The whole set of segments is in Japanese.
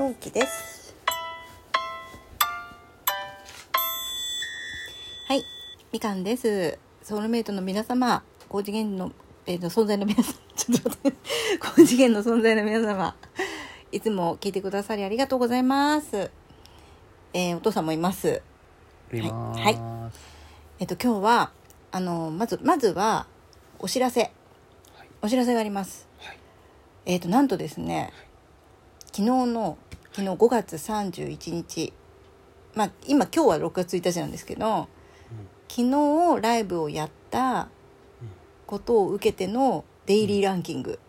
4期ですはいみかんですソウルメイトの皆様高次元のえっ、と存在の皆さん ちょっと待って高次元の存在の皆様いつも聞いてくださりありがとうございますえーお父さんもいますいまはいーすえっと今日はあのまずまずはお知らせはいお知らせがあります。はいえっ、となんとですね、昨日の昨日5月31日、まあ今今日は6月1日なんですけど、昨日ライブをやったことを受けてのデイリーランキング、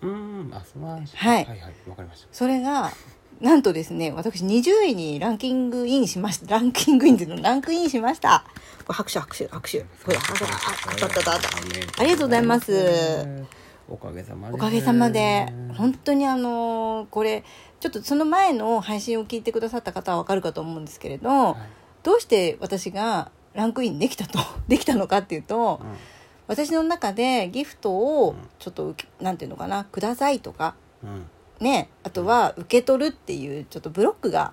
うんうーんあそうなんですねはいはいはいわかりましたそれがなんとですね、私20位にランキングインしました。ランキングインっていうのランクインしました。これ拍手拍手拍手。ほら、ほら、あ、あったあったあった。ありがとうございますおかげさまでおかげさまで本当にあのこれちょっとその前の配信を聞いてくださった方はわかるかと思うんですけれど、はいどうして私がランクインできたと できたのかっていうと、うん私の中でギフトをちょっと受けなんていうのかなくださいとかうんねあとは受け取るっていうちょっとブロックが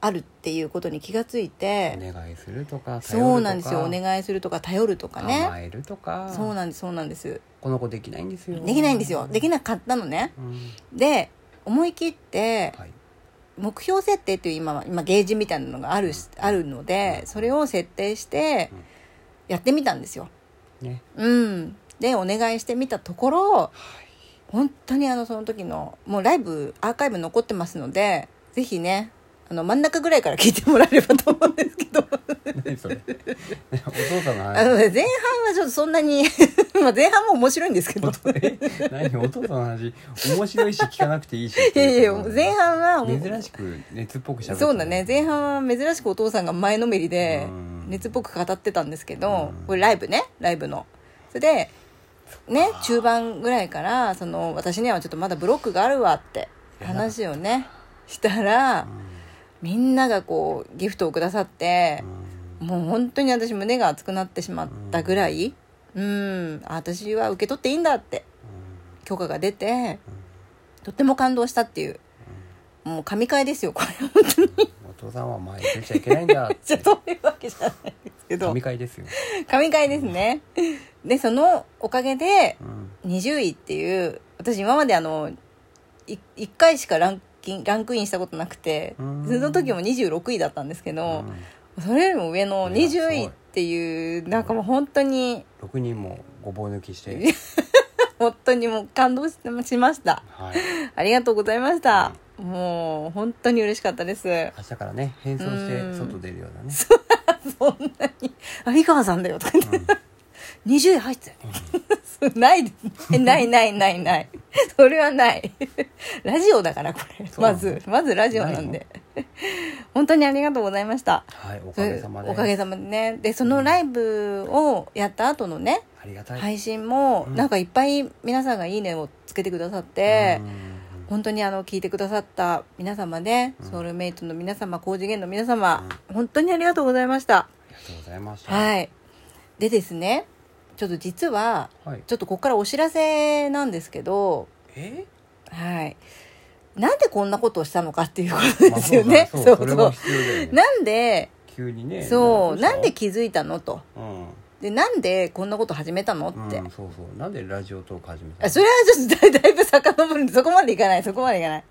あるっていうことに気がついて、お願いするとかそうなんですよおい願いするとか頼るとか甘ねえるとかそうなんですそうなんですこの子できないんですよできないんですよできなかったのねうんで思い切って、はい目標設定っていう今は今ゲージみたいなのがあるしあるのでそれを設定してうんやってみたんですよ。ねうん、でお願いしてみたところ本当にあのその時のもうライブアーカイブ残ってますのでぜひねあの真ん中ぐらいから聞いてもらえればと思うんですけど何それお父さんのあの前話半はちょっとそんなに まあ前半も面白いんですけど本当に何お父さんの話面白いし聞かなくていいしいやいや前半は珍しく熱っぽくしゃべそうだね前半は珍しくお父さんが前のめりでうん熱っぽく語ってたんですけどうんこれライブねライブのそれでね中盤ぐらいからその私にはちょっとまだブロックがあるわって話をねしたらみんながこうギフトをくださってもう本当に私胸が熱くなってしまったぐらいうんあ私は受け取っていいんだって許可が出てとっても感動したっていうもう神回ですよこれ本当にお父さんは前出ちゃいけないんだっ ちょてっとそういうわけじゃないですけど神回ですよ、神回ですねでそのおかげでうん20位っていう私今まであのい1回しかランキンランクインしたことなくてそうんの時も26位だったんですけどう、んそれよりも上のいや20位っていうなんかもう本当に6人もごぼう抜きして、本当にもう感動ししましたはい、ありがとうございましたもう本当に嬉しかったです明日からね変装しうてん外出るようなね、そんなに「有川さんだよ」とか言って、20位入ってたよね ないですねないないないないそれはないラジオだからこれそうなまのずまずラジオなんで本当にありがとうございましたはいおかげさまでおかげさまでねでそのライブをやった後のね、ありがたい、配信もうんなんかいっぱい皆さんが「いいね」をつけてくださって、本当にあの聞いてくださった皆様ね、うんソウルメイトの皆様高次元の皆様、本当にありがとうございましたありがとうございましたい、はい。でですね、ちょっと実は、はい、ちょっとここからお知らせなんですけど、えはい。なんでこんなことをしたのかっていうことまであすよね。そうそだうそそううそれは必要だよねなんで、急にねそう、なんでう気づいたのと。うん、で、なんでこんなこと始めたのって。うん、そうそうなんでラジオトーク始めたあそれはちょっとだいだいぶ遡るんで、そこまでいかない、そこまでいかない。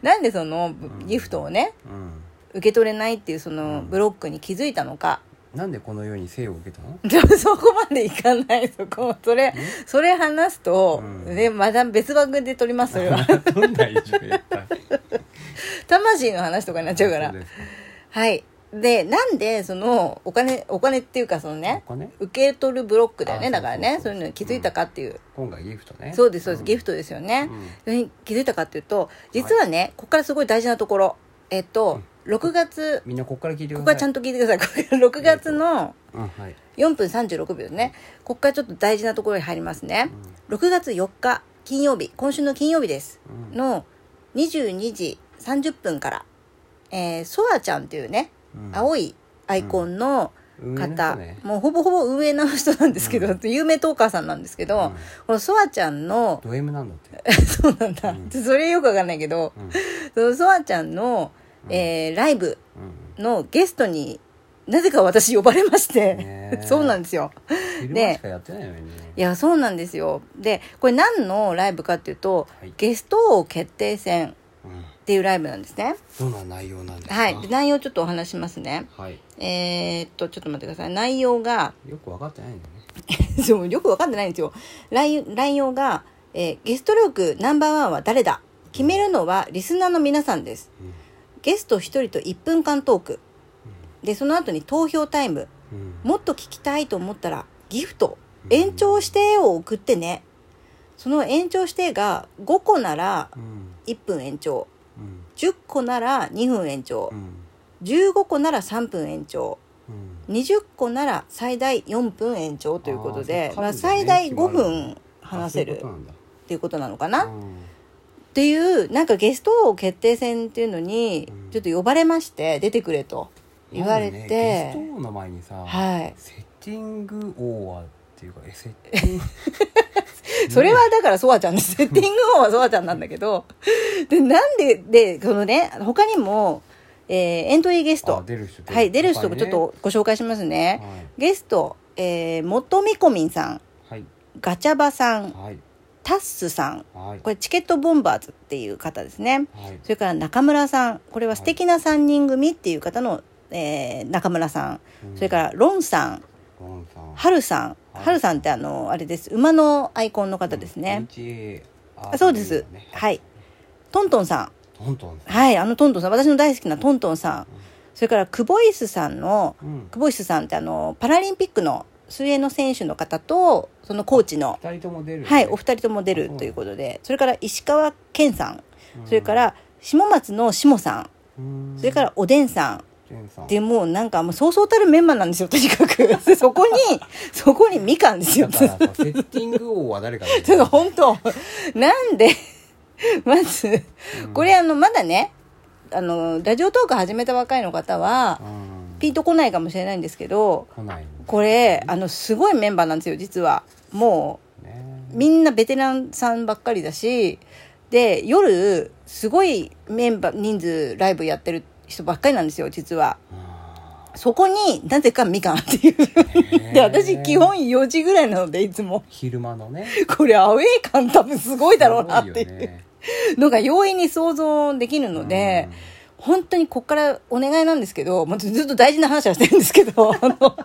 なんでそのんギフトをね、うん、受け取れないっていうそうのんブロックに気づいたのか。なんでこの世に生を受けたのでもそこまでいかないそこそれそれ話すと、うんねまた別枠で撮りますそ れはどんな一応やった魂の話とかになっちゃうからそうですかはいでなんでそのお金お金っていうかそのねお金受け取るブロックだよあねだからねそそうそうそうういうのに気づいたかっていう、今回ギフトねそうですそうです、んギフトですよねうん、それに気づいたかっていうと実はね、ここからすごい大事なところえっと、6月みんなここから聞いてくださいここはちゃんと聞いてくださいこれ6月のうんはい4分36秒ねここからちょっと大事なところに入りますね、6月4日金曜日今週の金曜日です、うんの22時30分から、えー、ソアちゃんっていうね、うん青いアイコンの、運営の方、人ねもうほぼほぼ運営の人なんですけど、有名トーカーさんなんですけど、うんこのソワちゃんのド M なんだって、そうなんだ、うんそれよくわかんないけど、うんそのソワちゃんの、えーライブのゲストになぜか私呼ばれまして、ね えそうなんですようん、昼間でしかやってないのにねいやそうなんですよでこれ何のライブかっていうと、はいゲスト王決定戦うん、っていうライブなんですねどんな内容なんですかはいで内容ちょっとお話しますねはいえーっとちょっと待ってください内容が よく分かってないんだねでもよくわかんでないんですよ内内容が、えーゲスト力ナンバーワンは誰だ決めるのはリスナーの皆さんですゲスト1人と1分間トークでその後に投票タイムうん、うんもっと聞きたいと思ったらギフト延長指定を送ってねその延長指定が5個ならうん1分延長うん10個なら2分延長うん15個なら3分延長うん20個なら最大4分延長ということであーそうまあ、数がね最大決ま5る分話せあるそういうことなんだっていうことなのかな、うっんていうなんかゲスト王決定戦っていうのにうんちょっと呼ばれまして出てくれと言われて、なんかねゲスト王の前にさ、はいセッティング王はっていうかえセッティング それはだからソワち ゃんです。セッティング王はソワちゃんなんだけど。 で、なんで、で、このね、他にも、えーエントリーゲスあト。出る人はい、出る人他にちょっとご紹介しますねね。ゲスト、えー、もとみこみんさん、はいガチャバさん、はいタッスさん。はいこれ、チケットボンバーズっていう方ですね。はいそれから中村さん。これは素敵な3人組っていう方の、えー中村さん。それから、ロンさん、ゴンさんハルさん。はいハルさんってあの、あれです。馬のアイコンの方ですね。 HARD そうですねはいトントンさトントンん。はい、あのトントンさん。私の大好きなトントンさんうん。それから、クボイスさんの、うんクボイスさんってあの、パラリンピックの水泳の選手の方と、そのコーチの、二人とも出るはい、お二人とも出あそうるなんだということで、それから石川健さん、うんそれから、下松の下さん、うんそれからおでんさん。ジェンさんで、もうなんか、もうそうそうたるメンバーなんですよ、とにかく。 そこに、そこにみかんですよだ。からさセッティング王は誰か ちょっと本当なんで まずこれあのまだねあのラジオトーク始めた若いの方はうんピンとこないかもしれないんですけど来ないこれあのすごいメンバーなんですよ実はもねうみんなベテランさんばっかりだしで夜すごいメンバー人数ライブやってる人ばっかりなんですよ実はあそこになぜかみかんって いうーで私基本4時ぐらいなのでいつも昼間のねこれアウェー感多分すごいだろうなっていすうごいよねのが容易に想像できるので、うん本当にここからお願いなんですけど、まあ、ずずっと大事な話はしてるんですけど、 あのまどこ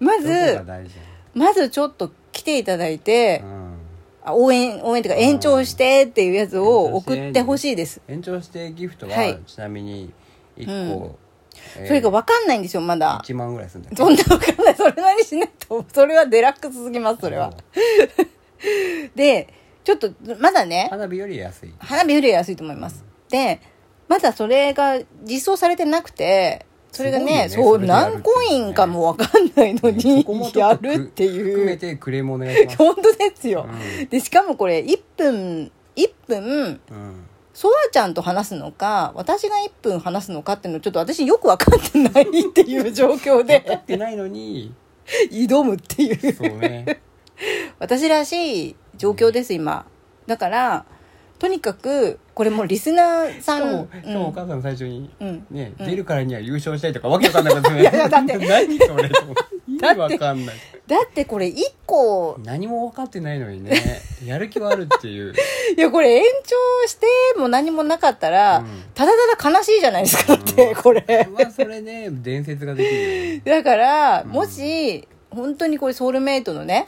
がず、大事まずちょっと来ていただいてな、のうんあ応援、応援というか延長してっていうやつを送ってほしいです。延長してギフトははいちなみに一個、うんえーそれが分かんないんですよ、まだ。 1万ぐらいするんだよそんな分かんない。それなりしないと、それはデラックスすぎます、それは。で、ちょっと、まだね、花火より安い花火よりは安いと思います。で、まだそれが実装されてなくて、それがね、すそごう、いねそれでや何るっていうねコインかもわかんないのにそこも、ちょやっとるって含いめう。てクレームお願いします、 本当ですよ。うで、しかもこれ、1分、1分、うん、ソワちゃんと話すのか、私が1分話すのかっていうの、ちょっと私よくわかってないっていう状況分 でかっ、てないのに挑むっていう。そうね私らしい状況です、今。だから、とにかく、これもうリスナー しさかんも、しかもお母さん最初に、うんね、うん出るからには優勝したいとかわけわかんないことねいやいやだって何それと思って意味わかんないだってこれ1個何も分かってないのにねやる気はあるっていう、いやこれ延長しても何もなかったら、うんただただ悲しいじゃないですかって、うんこれまあそれね伝説ができるよねだから、うんもし本当にこれソウルメイトの ね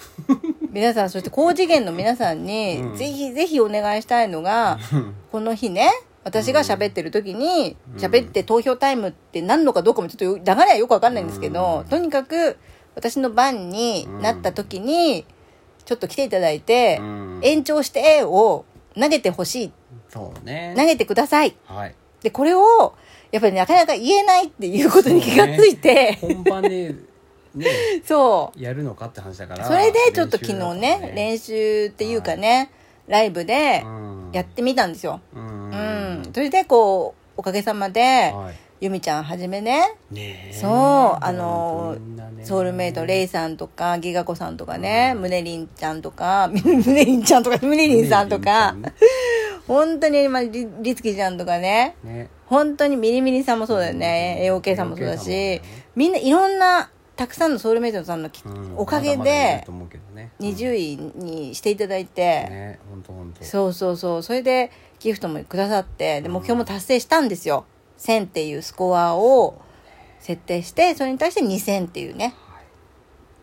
皆さんそして高次元の皆さんに、うんぜひぜひお願いしたいのが、うんこの日ね私が喋ってる時にうん喋って投票タイムって何のかどうかもちょっとよ流れはよくわかんないんですけど、うんとにかく私の番になった時にちょっと来ていただいて、うん延長してを投げてほしいそうね投げてくださいはいでこれをやっぱりなかなか言えないっていうことに気がついて本番でねそうやるのかって話だからそれでちょっと昨日ね習練習っていうかね、ライブでだからねやってみたんですようんうん、それでこうおかげさまで、はい由美ちゃんはじめねねえそうあのーみんなねソウルメイトレイさんとかギガ子さんとかねムネリンちゃんとか ムネリンちゃんとかムネリンさんとかムネ本当に、まあ、りりつきちゃんとかねね本当にミリミリさんもそうだよねうん AOK さんもそうだ AOK さんし、もねみんないろんなたくさんのソウルメイトさんのき、うんおかげまだまだいでると思うけどね20位にしていただいて、ね本当本当そうそうそうそれでギフトもくださってで目標も達成したんですよ1000っていうスコアを設定してそれに対して2000っていうね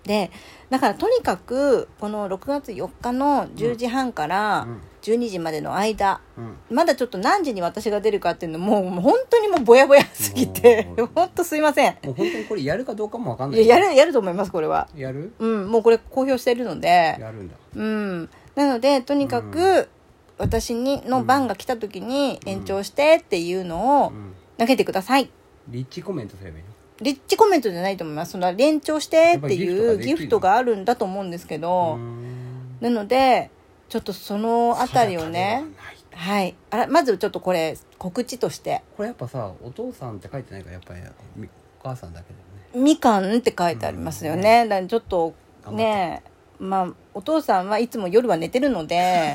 でだからとにかくこの6月4日の10時半からうん12時までの間、うんまだちょっと何時に私が出るかっていうのももう本当にもうぼやぼやすぎてもう本当すいませんもう本当にこれやるかどうかもわかんないいややるやると思いますこれはやるうんもうこれ公表してるのでやるんだうん、なのでとにかく私にの番が来た時に延長してっていうのをうん投げてくださいリッチコメントすればいいのリッチコメントじゃないと思いますその延長してっていやうっぱりギギフフトトががあるんだと思うんですけどうーんなのでちょっとそのあたりをね定かではないはいあらまずちょっとこれ告知としてこれやっぱさお父さんって書いてないからやっぱりみお母さんだけだよね「みかん」って書いてありますよね、だからちょっとねまあお父さんはいつも夜は寝てるの で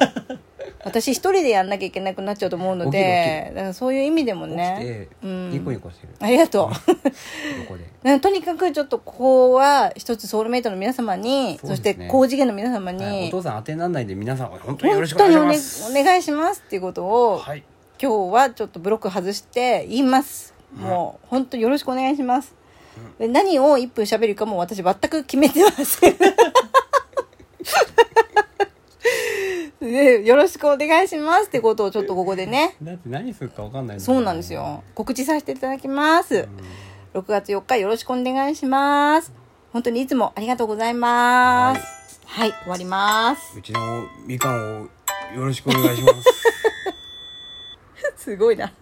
私一人でやんなきゃいけなくなっちゃうと思うのでだからそういう意味でもね起きうてニコニんコしてるありがとう ここでなんかとにかくちょっとここは一つソウルメイトの皆様にそ,、そうですねして高次元の皆様に、はいお父さん当てにならないんで皆さん本当によろ本しくお当願いにしお,、まね、すお願いしますっていうことを、はい今日はちょっとブロック外して言いますもう本当よろしくお願いします、で何を1分喋るかも私全く決めてませんでよろしくお願いしますってことをちょっとここでねだって何するかわかんないそうなんですよ告知させていただきます6月4日よろしくお願いします本当にいつもありがとうございますはい、終わりますうちのみかんをよろしくお願いします すごいな